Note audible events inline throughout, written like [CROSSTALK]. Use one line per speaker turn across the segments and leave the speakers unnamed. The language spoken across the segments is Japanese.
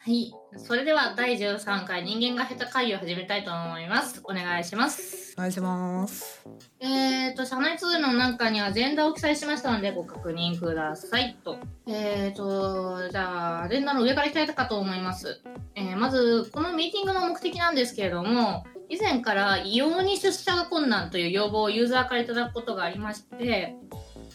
はい。それでは第13回人間が下手会議を始めたいと思います。お願いします。
お願いします。
えっ、と、社内通の中にアジェンダを記載しましたのでご確認くださいと。えっ、と、じゃあ、アジェンダの上からいきたいかと思います。えーまず、このミーティングの目的なんですけれども、以前から異様に出社が困難という要望をユーザーからいただくことがありまして、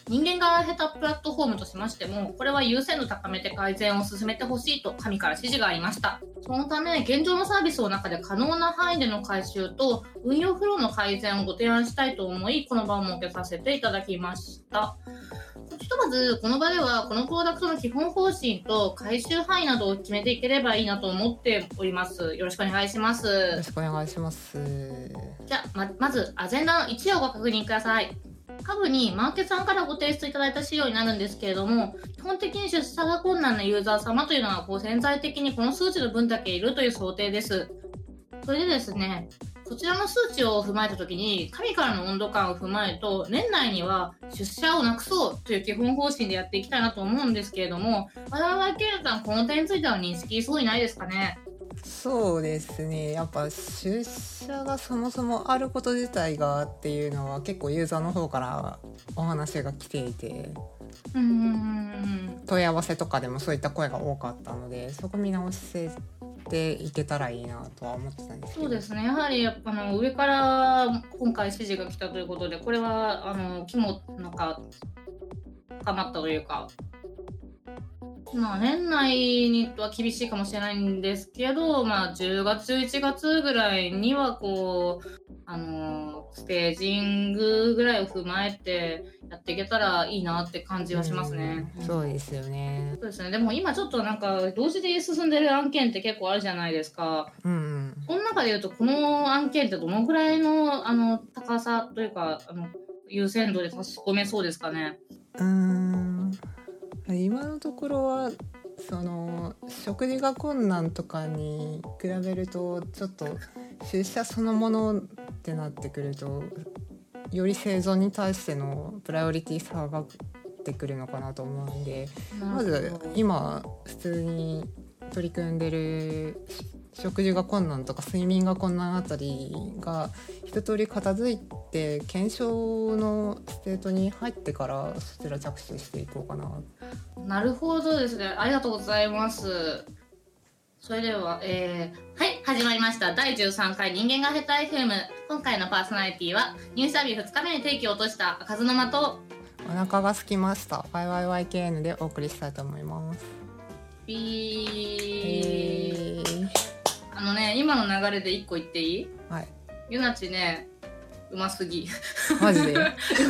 人間側下手プラットフォームとしましても、これは優先度高めて改善を進めてほしいと神から指示がありました。そのため、現状のサービスの中で可能な範囲での改修と運用フローの改善をご提案したいと思い、この場を設けさせていただきました。ひとまず、この場では、このプロダクトの基本方針と改修範囲などを決めていければいいなと思っております。よろしくお願いしま
よ
す。
ろしくお願いします。
じゃあ、ままず、アジェンダの1をご確認ください。下部にマーケさんからご提出いただいた資料になるんですけれども、基本的に出社が困難なユーザー様というのは、こう潜在的にこの数値の分だけいるという想定です。それでですね、こちらの数値を踏まえたときに、神からの温度感を踏まえると、年内には出社をなくそうという基本方針でやっていきたいなと思うんですけれども、我々はケイさん、この点については認識そうにないですかね。
そうですね。やっぱ出社がそもそもあること自体がっていうのは結構ユーザーの方からお話が来ていて、
うーん。
問い合わせとかでもそういった声が多かったので、そこ見直していけたらいいなとは思ってたんですけど。
そうですね、やはりあの上から今回指示が来たということで、これはあの肝なんか深まったというか、まあ、年内には厳しいかもしれないんですけど、まあ、10月、11月ぐらいにはこうあのステージングぐらいを踏まえてやっていけたらいいなって感じはしますね。
うんそうですよね。
そうですねでも今ちょっとなんか同時で進んでる案件って結構あるじゃないですか。
うんうん。
この中で言うと、この案件ってどのぐらいのあの高さというかあの、優先度で差し込めそうですかね。
うーん今のところはその食事が困難とかに比べるとちょっと出社そのものってなってくるとより生存に対してのプライオリティ差が上がってくるのかなと思うんでまず今普通に取り組んでるし食事が困難とか睡眠が困難あたりが一通り片付いて検証のステートに入ってからそちら着手していこうかな。
なるほどですね。ありがとうございます。それでは、えー、はい、始まりました。第13回人間が下手 FM。今回のパーソナリティは、入社日2日目に定期を落とした赤津の間と、
お腹が空きました。YYYKN でお送りしたいと思います。
ビー。
えー
あのね、今の流れで1個言っていい
はい。
ゆなちね、うますぎ。 [LAUGHS]
マジで
う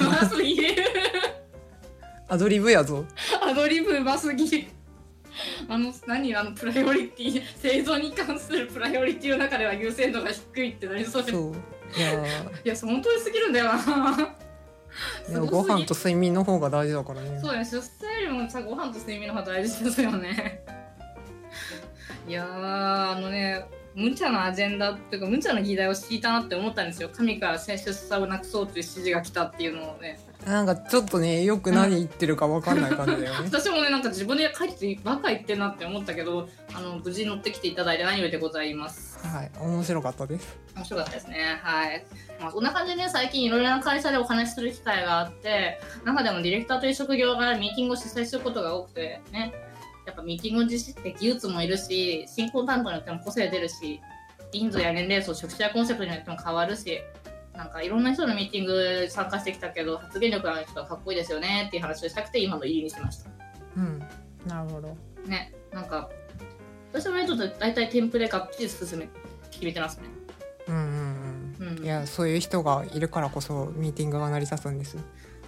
ますぎる。
アドリブやぞ。
アドリブうますぎあの何あのプライオリティ製造に関するプライオリティの中では優先度が低いって何それ
そう。いやー
いや本当にすぎるんだよな [LAUGHS]
でも
すご
ご
すぎ
飯と睡眠の方が大事だからね。
そうね出産よりもさご飯と睡眠の方が大事ですよねいやーあのね無茶なアジェンダっていうか無茶な議題を敷いたなって思ったんですよ神から選出さをなくそうという指示が来たっていうのをね
なんかちょっとねよく何言ってるかわかんない感じだよね。
私もねなんか自分で書いててバカ言ってんなって思ったけどあの無事に乗ってきていただいて何よりでございます
はい。面白かったです。
面白かったですね。はい。まあ、こんな感じでね、最近いろいろな会社でお話しする機会があって、中でもディレクターという職業がミーティングを主催することが多くてね、やっぱミーティングを実施って技術もいるし、進行担当によっても個性出るし、人数や年齢層、職種やコンセプトによっても変わるし、なんかいろんな人のミーティング参加してきたけど、発言力のある人はかっこいいですよねっていう話をしたくて、今の入りにしました。
うん。なるほど。
ね、なんか、私はね、ちょっと大体テンプレがっちり進め、決めてますね。
うんうん
う
うんん。いやそういう人がいるからこそミーティングが成り立つんです。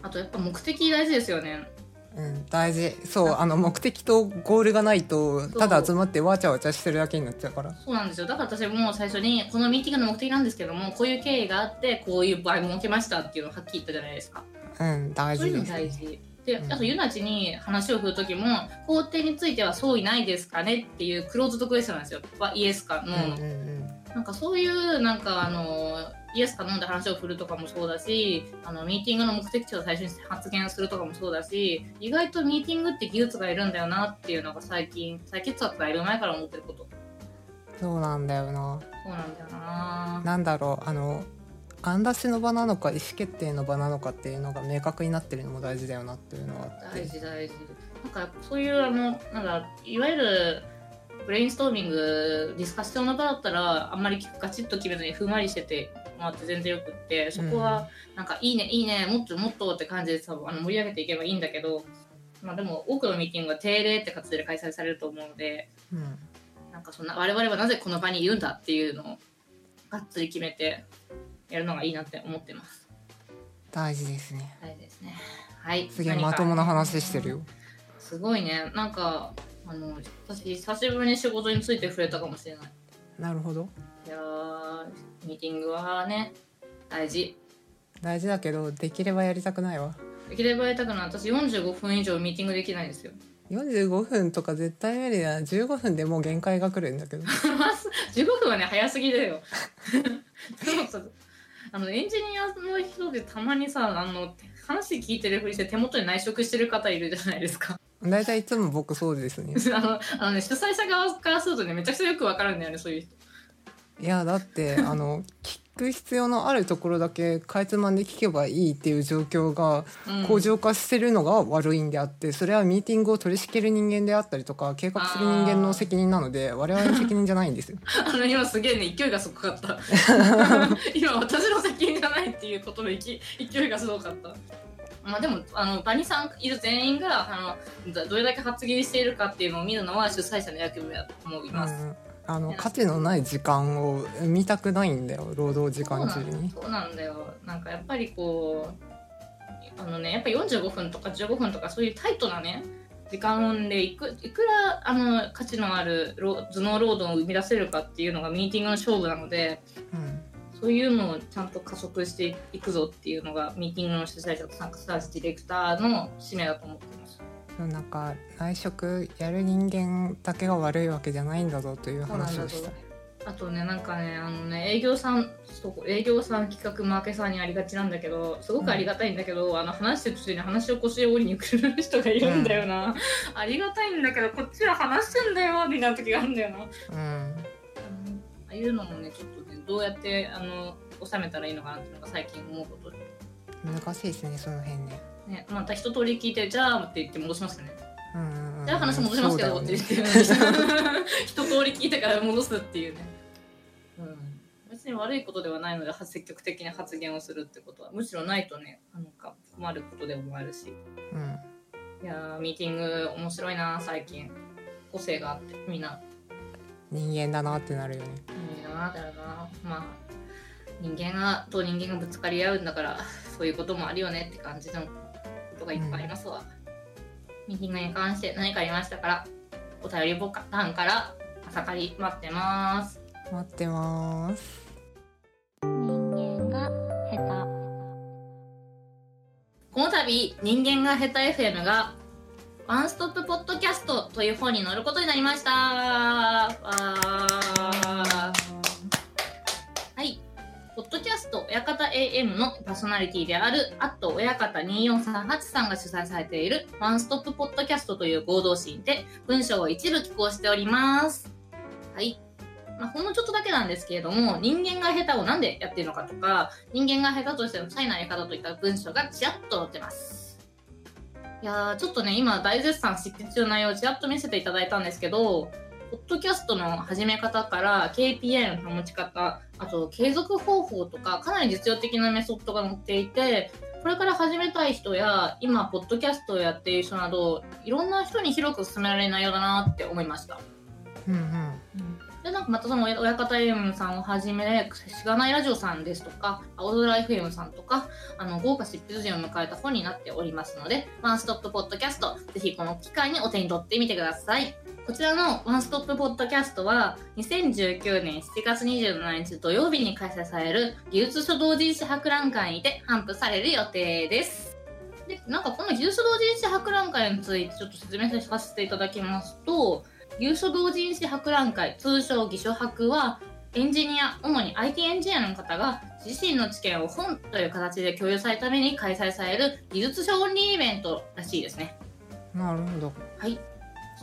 あとやっぱ目的大事ですよね。
うん大事。そうあの目的とゴールがないとただ集まってわちゃわちゃしてるだけになっちゃうから。
そうなんですよ。だから私もう最初にこのミーティングの目的なんですけども、こういう経緯があってこういう場合設けましたっていうのをはっきり言ったじゃないですか。
うん大
そうい
事
うの
です、
大
ね。
事。で、
うん
あとユナチに話を振る時も工程についてはそういないですかねっていうクローズドクエスチョンなんですよ。はイエスかノーの。
うんうん
なんかそういうなんかあのイエスかノーで話を振るとかもそうだしあのミーティングの目的地を最初に発言するとかもそうだし意外とミーティングって技術がいるんだよなっていうのが最近最近ツアーがいる前から思ってること
そうなんだよな
そうなんだよな
なんだろうあの案出しの場なのか意思決定の場なのかっていうのが明確になってるのも大事だよなっていうのはあって
大事大事なんかそういうあのなんだいわゆるブレインストーミングディスカッションの場だったらあんまりガチッと決めずにふんわりしててもらって全然よくってそこはなんか「いいねいいねもっともっと」って感じで多分あの盛り上げていけばいいんだけど、まあ、でも多くのミーティングが定例って形で開催されると思うので
うん、
なんかそんな我々はなぜこの場にいるんだっていうのをがっつり決めてやるのがいいなって思ってます。
大事ですね
大事ですねはい
すげえまともな話してるよ
すごいねなんかあの私久しぶりに仕事について触れたかもしれない
なるほど
いやーミーティングはね大事
大事だけどできればやりたくないわ
できればやりたくない私45分以上ミーティングできないんですよ [LAUGHS]
45分とか絶対無理だな15分でもう限界が来るんだけど [LAUGHS]
15分はね早すぎだよ [LAUGHS] そうそうあのエンジニアの人でたまにさあの話聞いてるふりして手元に内職してる方いるじゃないですか
大体いつも僕そうですね
あのあの、ね、主催者側からするとねめちゃくちゃよくわかるんだよねそういう人
いやだってあの聞く必要のあるところだけかいつまんで聞けばいいっていう状況が
うん
向上化してるのが悪いんであってそれはミーティングを取り仕切る人間であったりとか計画する人間の責任なので我々の責任じゃないんですよ
[LAUGHS] あの今すげえね勢いがすごかった [LAUGHS] 今私の責任じゃないっていうことの勢勢いがすごかったまあでもあのバニさんいる全員があのどどれだけ発言しているかっていうのを見るのは主催者の役目だと思います、
うんあの価値のない時間を見たくないんだよ労働時間中に
そうなんだよなんかやっぱりこうあのねやっぱ45分とか15分とかそういうタイトなね時間でいくいくらあの価値のある労頭脳労働を生み出せるかっていうのがミーティングの勝負なので
うん
そういうのをちゃんと加速していくぞっていうのがミーティングの主催者と参加者ディレクターの使命だと思ってます。
そうなんか内職やる人間だけが悪いわけじゃないんだぞという話をした
あとねなんかねあのね営業さんそう営業さん企画マーケさんにありがちなんだけどすごくありがたいんだけど、あの話してる途中に話を腰を折りにくる人がいるんだよな、ありがたいんだけどこっちは話してんだよみたいな時があるんだよな。
うん
ああいうのもねちょっとねどうやってあの収めたらいいのかなっていうのが最近思うことで
難しいですねその辺ね
ねまた一通り聞いてじゃあって言って戻しますね。
うんうんうん
じゃあ話戻しますけど、
そう
っ
だ
て言
よね
って、一通り聞いてから戻すっていうね、うん、別に悪いことではないのでは積極的に発言をするってことはむしろないとねなんか困ることでもあるし
うん
いやーミーティング面白いな最近個性があってみんな
人間だなってなるよね
いいなだよなまあ人間がと人間がぶつかり合うんだからそういうこともあるよねって感じのことがいっぱいありますわ、ミーティングに関して何かありましたからお便りボタンから朝かり待ってます
待ってます
人間が下手。
この度人間が下手 FM がワンストップポッドキャストという本に載ることになりましたわーはい。ポッドキャスト、親方 AM のパーソナリティである、アット親方2438さんが主催されている、ワンストップポッドキャストという合同誌にて、文章を一部寄稿しております。はい。まあ、ほんのちょっとだけなんですけれども、人間が下手をなんでやってるのかとか、人間が下手としてのシャイなやり方といった文章がちらっと載ってます。いやー、ちょっとね、今大絶賛執筆中の内容をちらっと見せていただいたんですけど、ポッドキャストの始め方から KPI の保ち方、あと継続方法とか、かなり実用的なメソッドが載っていて、これから始めたい人や、今、ポッドキャストをやっている人など、いろんな人に広く勧められる内容だなって思いました。
うんうん
でなんかまたその親方 M さんをはじめしがないラジオさんですとか青空 FM さんとかあの豪華執筆陣を迎えた本になっておりますのでワンストップポッドキャストぜひこの機会にお手に取ってみてくださいこちらのワンストップポッドキャストは2019年7月27日土曜日に開催される技術書同人誌博覧会にて頒布される予定ですでなんかこの技術書同人誌博覧会についてちょっと説明させていただきますと、優勝同人誌博覧会通称偽書博はエンジニア、主に IT エンジニアの方が自身の知見を本という形で共有されるために開催される技術者オンリーイベントらしいですね。
なるほど
はい。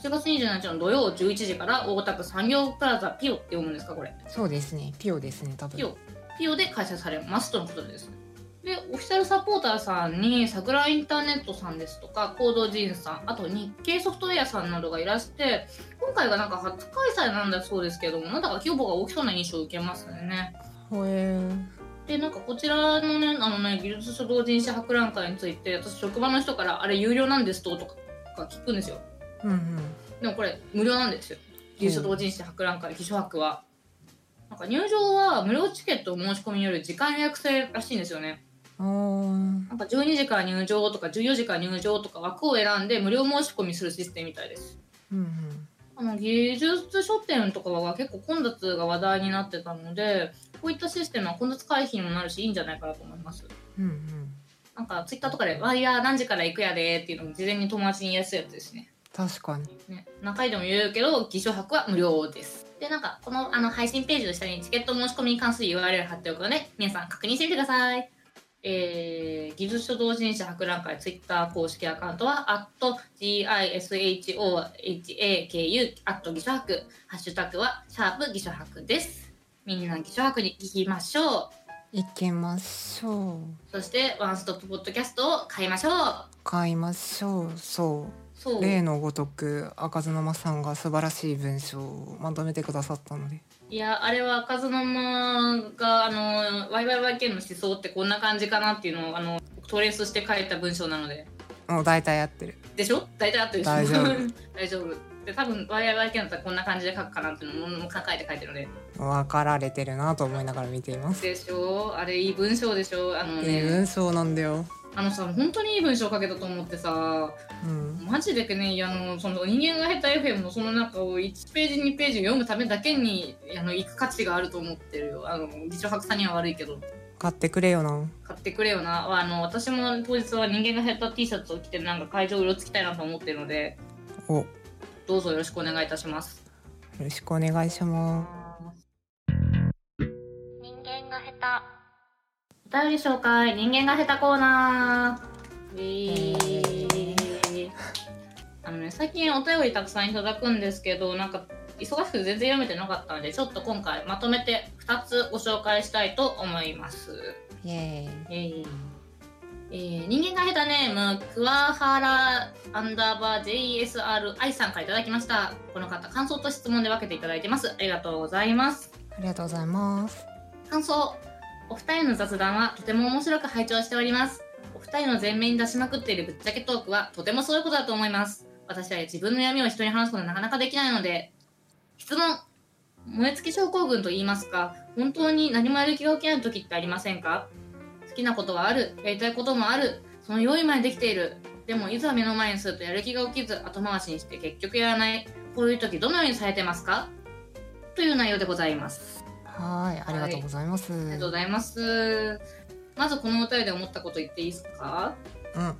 7月27日の土曜11時から大田区産業プラザピオって読むんですかこれ。
そうですねピオですね多分
ピオ。ピオで開催されますとのことです。で、オフィシャルサポーターさんに桜インターネットさんですとか、コードジンさん、あと日経ソフトウェアさんなどがいらして、今回がなんか初開催なんだそうですけども、なんだか規模が大きそうな印象を受けますね。
ほえ
でなんかこちらのねあのね技術書同人誌博覧会について私職場の人から「あれ有料なんですと」とか聞くんですよ
うんうん
でもこれ無料なんですよ技術書同人誌博覧会秘書博はなんか入場は無料チケットお申し込みより時間予約制らしいんですよね
あー
なんか12時から入場とか14時から入場とか枠を選んで無料申し込みするシステムみたいです
うんうん
あの技術書店とかは結構混雑が話題になってたのでこういったシステムは混雑回避にもなるしいいんじゃないかなと思います
うんうん
なんかツイッターとかで「ワイヤー何時から行くやで」っていうのも事前に友達に言いやすいやつですね。
確かに
ね何回でも言うけど偽証博は無料です。でなんかこのあの配信ページの下にチケット申し込みに関する URL 貼っておくので皆さん確認してみてください。えー、技術書同人誌博覧会ツイッター公式アカウントは @gishohaku アット偽証博ハッシュタグはシャープ偽証博です。みんな偽証博に聞きましょ
行きましょう
う。そしてワンストップポッドキャストを買いましょう。
買いましょうそ
そう
う例のごとく赤ずのまさんが素晴らしい文章をまとめてくださったので
いやあれは赤ずの間があの YYYK の思想ってこんな感じかなっていうのをあのトレースして書いた文章なので
もう大体合ってる
でしょ大体合ってるでしょ
大丈
[LAUGHS] 大丈夫で多分 YYYK だったらこんな感じで書くかなっていうのももう考えて書いてるので
分かられてるなと思いながら見ています
でしょあれいい文章でしょあの
いい
ね
文章なんだよ
あのさ本当にいい文章書けたと思ってさ
うん
マジでねあのその人間が下手 FM のその中を1ページ2ページ読むためだけにあの行く価値があると思ってるよあの議長白さんには悪いけど
買ってくれよな
買ってくれよなあの私も当日は人間が減った T シャツを着てなんか会場をうろつきたいなと思ってるので
およ
どうぞよろしくお願いいたします
ろしくお願いします
人間が下
お便り紹介人間が下手コーナーあのね最近お便りたくさんいただくんですけどなんか忙しくて全然読めてなかったのでちょっと今回まとめて2つご紹介したいと思います
イエーイ
えーえー人間が下手ネーム桑原アンダーバー JSRI さんからいただきましたこの方感想と質問で分けていただいてますありがとうございます
ありがとうございます
感想お二人の雑談はとても面白く拝聴しておりますお二人の前面に出しまくっているぶっちゃけトークはとてもそういうことだと思います私は自分の闇を人に話すことはなかなかできないので質問燃え尽き症候群と言いますか本当に何もやる気が起きない時ってありませんか好きなことはあるやりたいこともあるその用意までできているでもいざ目の前にするとやる気が起きず後回しにして結局やらないこういう時どのようにされてますかという内容でございます
はーいありがとうございます、
ありがとうございます。まずこのお便りで思ったこと言っていいですか
うん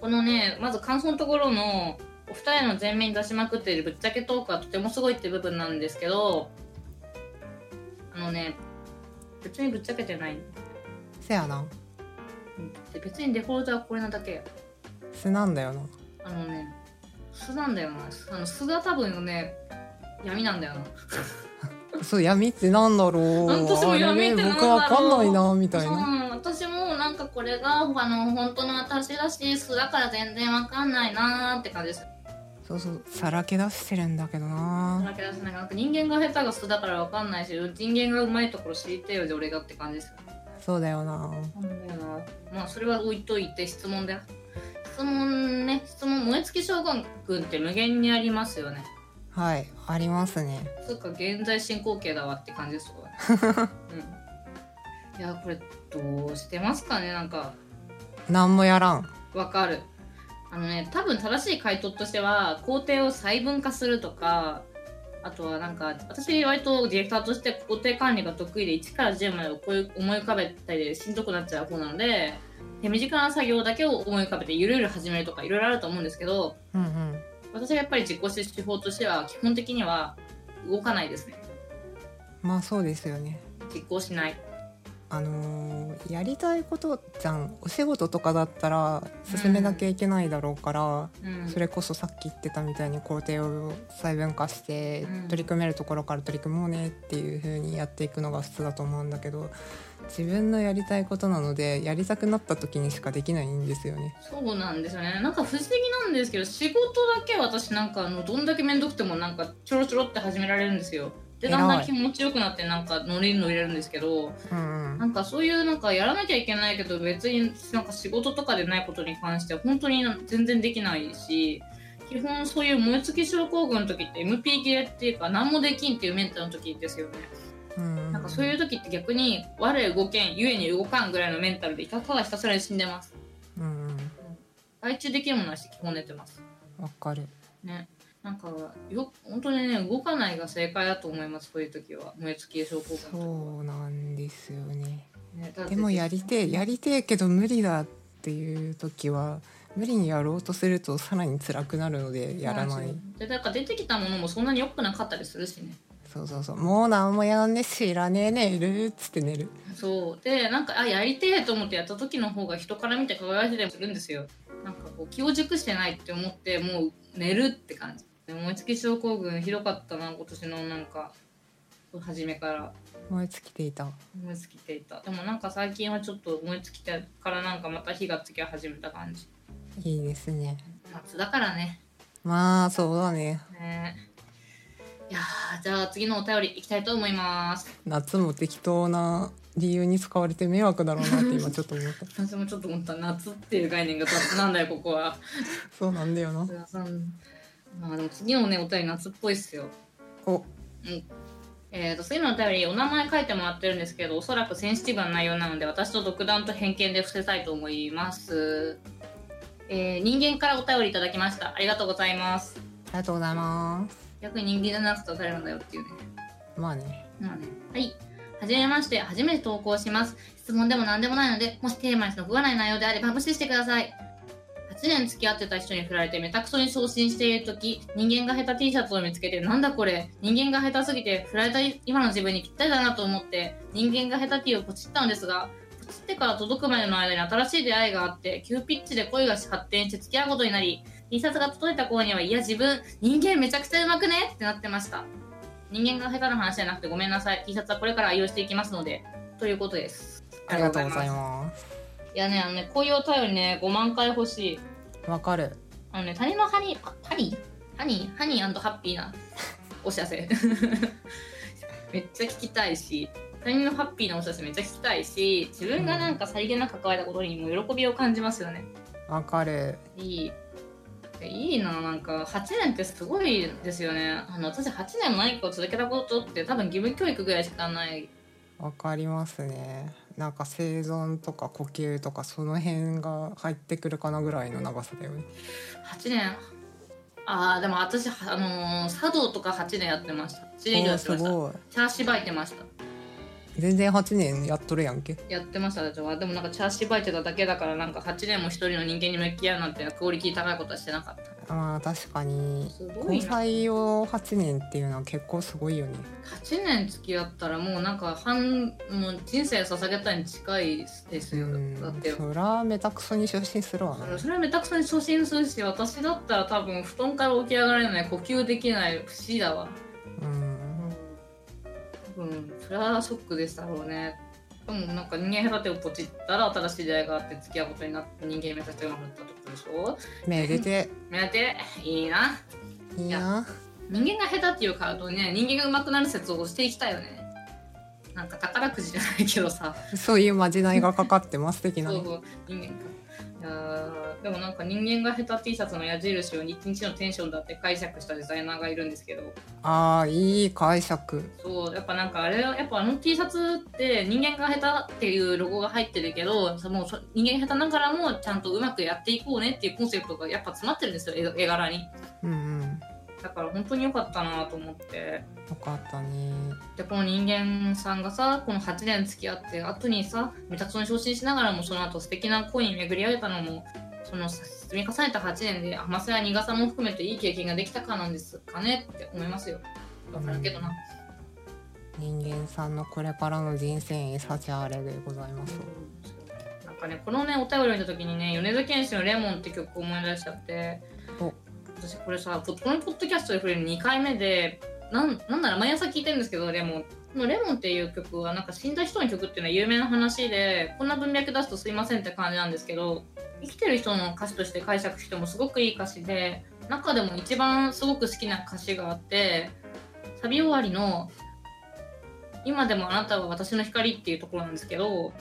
このね、まず感想のところの、お二人の前面に出しまくっているぶっちゃけトークはとてもすごいって部分なんですけど、あのね、別にぶっちゃけてない。
せやな
で別にデフォルトはこれなだけ。
素なんだよな
あのね、素なんだよな。あの素が多分ね、闇なんだよな。
そう闇ってなんだろう
私も闇ってなんだろう
あれね僕わかんないなみたいな
うん、私もなんかこれがあの本当の私だし素だから全然わかんないなーって感じです
そうそうさらけ出してるんだけどな
だけどなんか人間が下手が素だからわかんないし人間がうまいところ知りたいよで俺がって感じですよ
そうだよな
なんだよなまあそれは置いといて質問で質問ね質問燃え尽き将軍って無限にありますよね
はいありますね
そっか現在進行形だわって感じですよ、うん、いやこれどうしてますかねなんか
何もやらん
わかるあのね多分正しい回答としては工程を細分化するとかあとはなんか私割とディレクターとして工程管理が得意で1から10までをこういう思い浮かべたりでしんどくなっちゃう方なので手短な作業だけを思い浮かべてゆるゆる始めるとかいろいろあると思うんですけど
うんうん
私はやっぱり実行してる手法としては基本的には動かないですね
まあそうですよね
実行しない。
あのーやりたいことじゃんお仕事とかだったら進めなきゃいけないだろうから、
うん、
それこそさっき言ってたみたいに工程を細分化して
うん
取り組めるところから取り組もうねっていう風にやっていくのが普通だと思うんだけど自分のやりたいことなのでやりたくなった時にしかできないんですよね。
そうなんですよねなんか不思議なんですけど仕事だけ私なんかあのどんだけ面倒くてもなんかちょろちょろって始められるんですよで
偉い
だんだん気持ちよくなってなんか乗りに乗れるんですけど
うんう
なんんかそういうなんかやらなきゃいけないけど別になんか仕事とかでないことに関しては本当に全然できないし基本そういう燃え尽き症候群の時って MP 切れっていうか何もできんっていうメンタルの時ですよね
うん
なんかそういう時って逆に我動けんゆえに動かんぐらいのメンタルでいたただひたすらに死んでます
うんうん
外注できるものはして基本寝てます
わかる
ねなんかよ本当にね動かないが正解だと思いますそういう時は燃え尽き症候群の
そうなんですよね。
時ねだって
でもやりてえやりてえけど無理だっていう時は無理にやろうとするとさらに辛くなるのでやらない。
でだから出てきたものもそんなに良くなかったりするしね
そうそうそうもう何もやらねえしいらねえねいるっつって寝る。
そうでなんかあやりてえと思ってやった時の方が人から見て輝いてたりするんですよなんかこう気を熟してないって思ってもう寝るって感じで燃え尽き症候群ひどかったな今年のなんか初めから
燃え尽きていた。
燃え尽きていたでもなんか最近はちょっと燃え尽きてからなんかまた火がつき始めた感じ
いいですね。
夏だからね
まあそうだね。
ねいやーじゃあ次のお便りいきたいと思います
夏も適当な理由に使われて迷惑だろうなって今ちょっと思った。
私もちょっと思った夏っていう概念が雑なんだよここは
そうなんだよな。
さんまあでも次のねお便り夏っぽいっすよ
お
えー、と次のお便りお名前書いてもらってるんですけどおそらくセンシティブな内容なので私と独断と偏見で伏せたいと思いますえー、人間からお便りいただきましたありがとうございます
ありがとうございます。
逆に人間じゃなくて誰なんだよっていうね
まあね。
なので、はい。はじめまして、初めて投稿します。質問でも何でもないので、もしテーマにそぐわない内容であれば無視してください。8年付き合ってた人に振られてめたくそに昇進している時人間が下手 T シャツを見つけて、なんだこれ、人間が下手すぎて、振られた今の自分にぴったりだなと思って、人間が下手 T をポチったのですが、ポチってから届くまでの間に新しい出会いがあって、急ピッチで恋が発展して付き合うことになり、T シャツが届いた頃には、いや自分、人間めちゃくちゃうまくねってなってました。人間が下手な話じゃなくてごめんなさい T シャツはこれから愛用していきますのでということです
ありがとうござい
す
ます。
いやねあのねこういうお便りね5万回欲しい
わかる。
あのね谷間ハニーあハニーハニーハニーハッピーなお知らせ [LAUGHS] めっちゃ聞きたいし谷のハッピーなお知らせめっちゃ聞きたいし自分がなんかさりげなく関われたことにも喜びを感じますよね
わかる。
いいいいななんか8年ってすごいですよねあの私8年何かを続けたことって多分義務教育ぐらいしかない
わかりますね。なんか生存とか呼吸とかその辺が入ってくるかなぐらいの長さだよね。
8年ああでも私はあのー茶道とか8年やってました8年以上やっ
おー
て
す
ました
ごい。
チャーシバいてました
全然8年やっとるやんけ。
やってました私はでもなんかチャーシバいてただけだからなんか8年も一人の人間に向き合うなんてクオリティ高いことはしてなかった
まあ確かに
すごい
交
な
際を8年っていうのは結構すごいよね。
8年付き合ったらもうなんか半もう人生捧げたに近いですよ、
うん
だって
そりゃめたくそに昇進するわな。
それはめたくさに初心するし私だったら多分布団から起き上がれない呼吸できない不思議だわ
うん。
多分それはショックでしたろうねでもなんか人間隔てをポチったら新しい出会いがあって付き合うことになって人間目指して頑張ったってことでしょ
めでて
目当ていいな
えいいな。
人間が下手っていうカードね人間が上手くなる説を推していきたいよねなんか宝くじじゃないけどさ
そういうまじないがかかってます的な
そ。うそう人間かいやーでもなんか人間が下手 T シャツの矢印を一日のテンションだって解釈したデザイナーがいるんですけど
ああいい解釈。
そうやっぱなんかあれやっぱあの T シャツって人間が下手っていうロゴが入ってるけどそもうそ人間下手ながらもちゃんとうまくやっていこうねっていうコンセプトがやっぱ詰まってるんですよ絵が絵柄に
うんうん。
だから本当に良かったなと思って
よかったね。
でこの人間さんがさこの8年付き合って後にさめたくそに昇進しながらもその後素敵な恋に巡り合えたのもその積み重ねた8年で甘さや苦さも含めていい経験ができたからなんですかねって思いますよわかるけどな、
人間さんのこれからの人生に幸あれでございます。
なんかねこのねお便りを見た時にね米津玄師の「レモン」って曲を思い出しちゃって
お
私これさここのポッドキャストで触れる2回目でなんなんなら毎朝聞いてるんですけど「レモン」この「レモン」っていう曲はなんか死んだ人の曲っていうのは有名な話でこんな文脈出すとすいませんって感じなんですけど生きてる人の歌詞として解釈してもすごくいい歌詞で中でも一番すごく好きな歌詞があってサビ終わりの「今でもあなたは私の光」っていうところなんですけど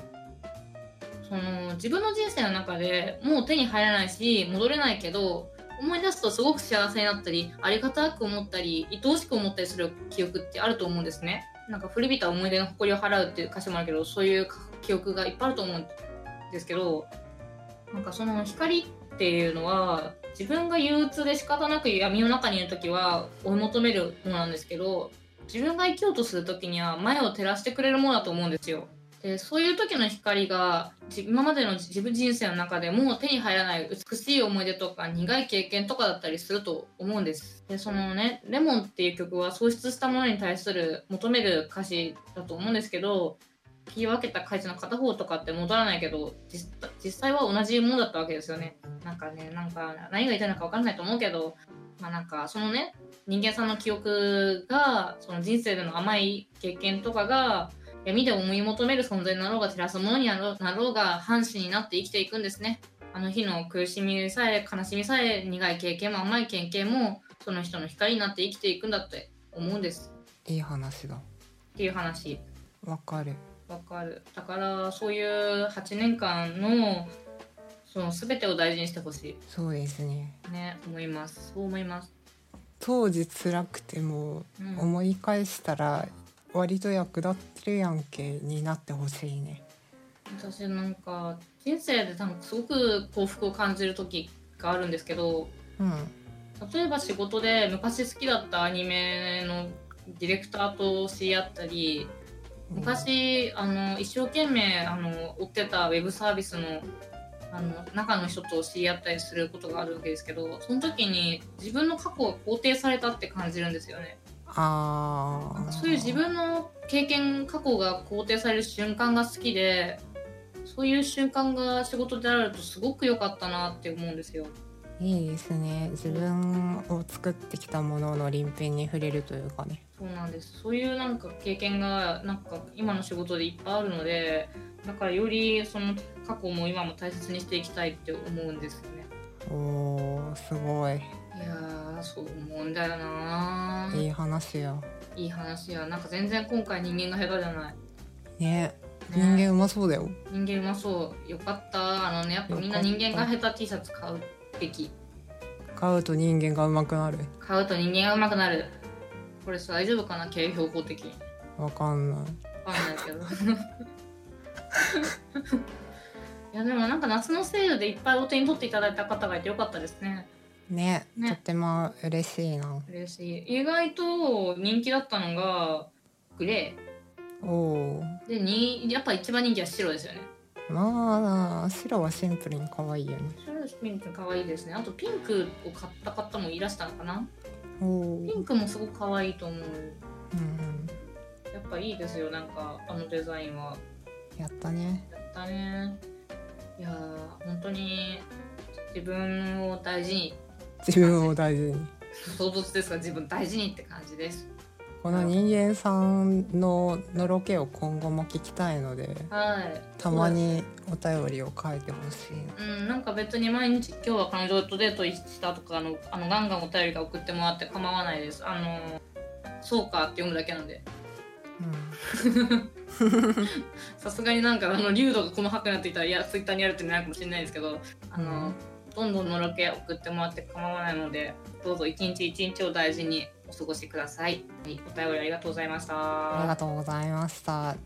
その自分の人生の中でもう手に入らないし戻れないけど思い出すとすごく幸せになったりありがたく思ったり愛おしく思ったりする記憶ってあると思うんですねなんか古びた思い出の誇りを払うっていう歌詞もあるけどそういう記憶がいっぱいあると思うんですけどなんかその光っていうのは自分が憂鬱で仕方なく闇の中にいる時は追い求めるものなんですけど自分が生きようとする時には前を照らしてくれるものだと思うんですよでそういう時の光がじ今までの自分人生の中でもう手に入らない美しい思い出とか苦い経験とかだったりすると思うんですでそのね「レモン」っていう曲は喪失したものに対する求める歌詞だと思うんですけど切り分けた会社の片方とかって戻らないけど実実際は同じものだったわけですよねなんかねなんか何が言いたいのか分かんないと思うけどまあなんかそのね人間さんの記憶がその人生での甘い経験とかが闇で思い求める存在になろうが照らすものになろうなろうが半身になって生きていくんですねあの日の苦しみさえ悲しみさえ苦い経験も甘い経験もその人の光になって生きていくんだって思うんです
いい話だ。
っていう話
わかる。
わかるだからそういう8年間のその全てを大事にしてほし
そうですね。
いね思いますそう思います、
当時辛くても
うん、
思い返したら割と役立ってるやんけになってほしいね。
私なんか人生でなんかすごく幸福を感じる時があるんですけど
うん。
例えば仕事で昔好きだったアニメのディレクターと知り合ったり昔あの一生懸命あの追ってたウェブサービスのあの中の人と知り合ったりすることがあるわけですけどその時に自分の過去が肯定されたって感じるんですよね。
ああ。
そういう自分の経験過去が肯定される瞬間が好きでそういう瞬間が仕事であるとすごく良かったなって思うんですよ。
いいですね。自分を作ってきたものの鱗片に触れるというかね。
そうなんですそういうなんか経験がなんか今の仕事でいっぱいあるのでだからよりその過去も今も大切にしていきたいって思うんですよね
おーすごい
いやーそう思うんだよない
い話や。
いい話やなんか全然今回人間が下手じゃない、
ね。人
ね
間うまそうだよ。
人間うまそうよかったあのねやっぱみんな
よか
人
っ
間が下
た
手 T シャツ買うべき
買うと人間がうまくなる。
買うと人間がうまくなるこれさ大丈夫かな経営標高的に
わかんない。
わかんないけど。 [LAUGHS] いやでもなんか夏のセールでいっぱいお手に取っていただいた方がいてよかったですね。
ね
ね
とっても嬉しいな
嬉しい。意外と人気だったのがグレ
おお
ーでにやっぱ一番人気は白ですよね。
ーまあ白はシンプルに可愛いよね
白とピンク可愛いですね。あとピンクを買った方もいらしたのかな。
おお
ピンクもすごく可愛いと思う。
うん
やっぱいいですよなんかあのデザインは。
やったね
やったね。いやー本当に自分を大事に
自分を大事に
唐突ですが自分大事にって感じです
この人間さんののろけを今後も聞きたいので
はい
たまにお便りを書いてほしいな
うんなんか別に毎日今日は彼女とデートしたとかあのあのガンガンお便りが送ってもらって構わないですあのそうかって読むだけなんでさすがになんかあの流度が細かくなっていたらいやツイッターにやるってなるかもしれないですけどあの、
うん
どんどんのろけ送ってもらって構わないのでどうぞ一日一日を大事にお過ごしください、はい、お便りありがとうございました
うん、ありが
は
とうございました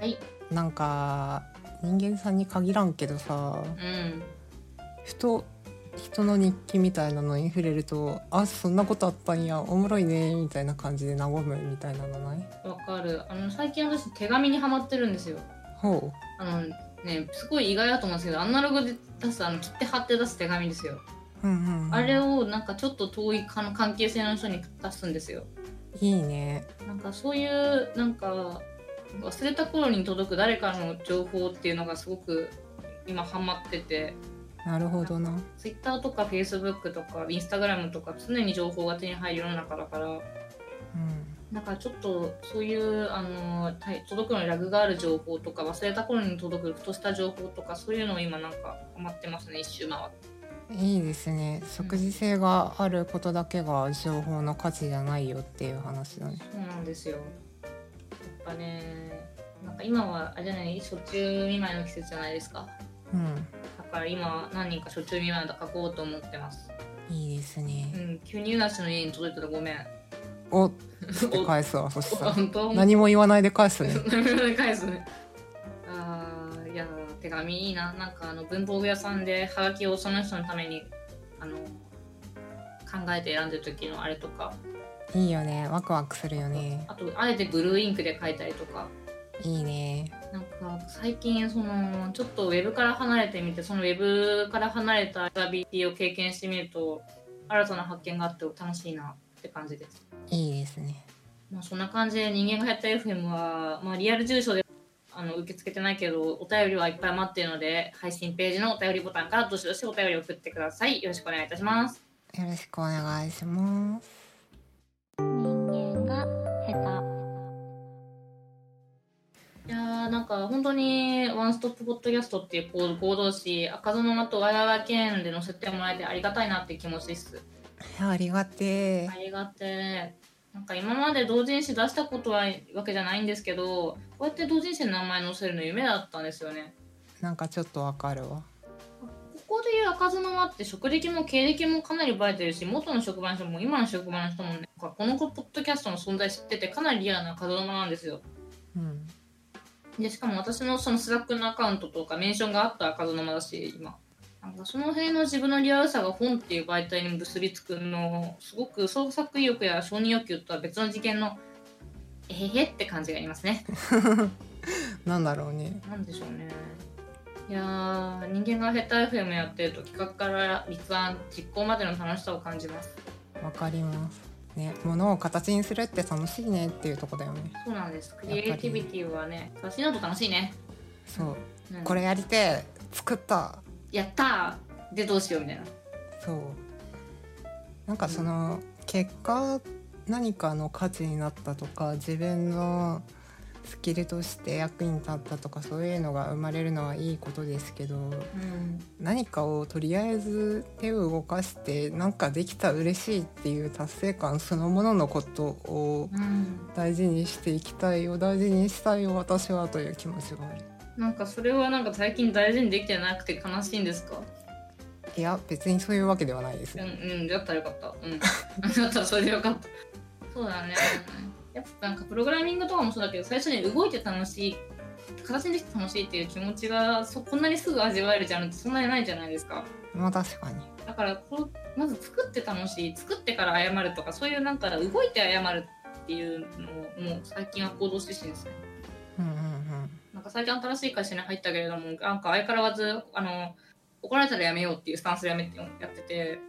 い
なんか人間さんに限らんけどさ
うん
ふと人の日記みたいなのに触れるとあそんなことあったんやおもろいねみたいな感じで和むみたいなのない
わかるあの最近私手紙にハマってるんですよ
ほ
あのね、すごい意外だと思うんですけどアナログで出すあの切って貼って出す手紙ですよ、
う、うんうんうん
あれをなんかちょっと遠いかの関係性の人に出すんですよ
いいね
なんかそういうなんか忘れた頃に届く誰かの情報っていうのがすごく今ハマってて
なるほどな
Twitter とか Facebook とか Instagram とか常に情報が手に入る世の中だから
うん
なんかちょっとそういうあのたい届くのにラグがある情報とか忘れた頃に届くふとした情報とかそういうのを今なんかハマってますね一周回って。
いいですね即時性があることだけが情報の価値じゃないよっていう話だね
そうなんですよ。やっぱね、なんか今はあれじゃない、初中見舞いの季節じゃないですか。
うん
だから今何人か初中見舞いの書こうと思ってます。
いいです
う
ね
ん、急にうなしの家に届いたらごめん。
おって返すわそしたら
本当？
何も言わないで返すね
涙で返すね。 [LAUGHS] ああ、いやー手紙いいな。なんかあの文房具屋さんでハガキをその人のためにあの考えて選んでる時のあれとか、
いいよねワクワクするよね
あとあえてブルーインクで書いたりとか。
いいね
なんか最近そのちょっとウェブから離れてみてそのウェブから離れた GRBT を経験してみると新たな発見があって楽しいなって感じです、
いいですね
まあ、そんな感じで人間がやった FM は、まあ、リアル住所であの受け付けてないけどお便りはいっぱい待ってるので配信ページのお便りボタンからどしどしお便りを送ってくださいよろしくお願いいたします
よろしくお願いします
人間が下
いやーなんか本当にワンストップポッドキャストっていうこう合同誌赤園とワイワイワイケンで載せてもらえてありがたいなって気持ちです
いやありがてえ、
ありがてえなんか今まで同人誌出したことはわけじゃないんですけどこうやって同人誌の名前載せるの夢だったんですよね
なんかちょっとわかるわ
ここでいう赤妻って職歴も経歴もかなりバレてるし元の職場の人も今の職場の人もねなんかこのポッドキャストの存在知っててかなりリアルな赤妻なんですよ
うん
でしかも私のそのスラックのアカウントとかメンションがあった赤妻だし今なんかその辺の自分のリアルさが本っていう媒体に結びつくのすごく創作意欲や承認欲求とは別の次元のえへへって感じがありますね
なんだろうね
なんでしょうねいやー人間がヘッダ FM やってると企画から立案実行までの楽しさを感じます
わかりますね物を形にするって楽しいねっていうとこだよね
そうなんですク
ぱり
リエイティビティはね写真だと楽しいね、
そう
うん
これやりてえ作った
やったーでどうしようみたいな
そうなんかその結果何かの価値になったとか自分のスキルとして役に立ったとかそういうのが生まれるのはいいことですけど
うん
何かをとりあえず手を動かしてなんかできた嬉しいっていう達成感そのもののことを
うん
大事にしていきたいよ大事にしたいよ私はという気持ちがある
なんかそれはなんか最近大事にできてなくて悲しいんですか
いや別にそういうわけではないです
うん
ね
うんだったらよかったうん [LAUGHS] だったらそれでよかったそうだねやっぱなんかプログラミングとかもそうだけど最初に動いて楽しい形にできて楽しいっていう気持ちがそこんなにすぐ味わえるじゃんってそんなにないじゃないですか
まあ確かに
だからこうまず作って楽しい作ってから謝るとかそういうなんか動いて謝るっていうのをもう最近は行動指針ですね
うんうんうん
なんか最近新しい会社に入ったけれどもなんか相変わらずあの怒られたらやめようっていうスタンスでやめてやってて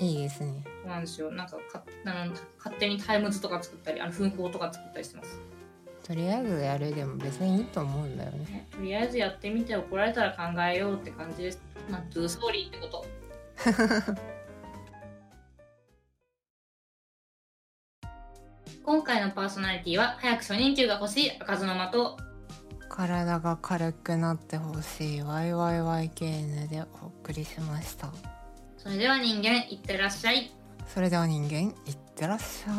いいですね
そうなんですよなんかかあの勝手にタイムズとか作ったりあの奮法とか作ったりしてます、
とりあえずやるでも別にいいと思うんだよね
ね、とりあえずやってみて怒られたら考えようって感じですまあトゥーストーリーってこと今回のパーソナリティは早く初任給が欲しい赤妻と
体が軽くなってほしい YYYKN でお送りしました
それでは人間いってらっしゃい
それでは人間いってらっしゃ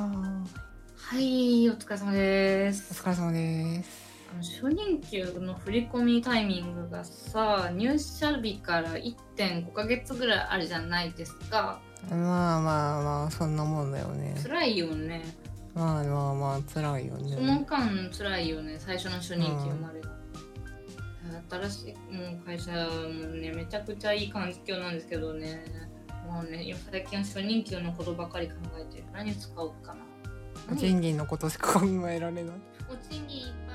は
い
いお疲れ様です
お疲れ様です
あの初任給の振り込みタイミングがさ入社日から1.5ヶ月ぐらいあるじゃないですか
まあまあまあそんなもんだよね
辛いよね
まあまあまあ辛いよ
その
ね
間辛いよね最初の初任給まで、新しいもう会社もねめちゃくちゃいい環境なんですけどねもうね今最近は初任給のことばかり考えてる何使おうかな何
賃金のことしか考えられない
お賃金いっ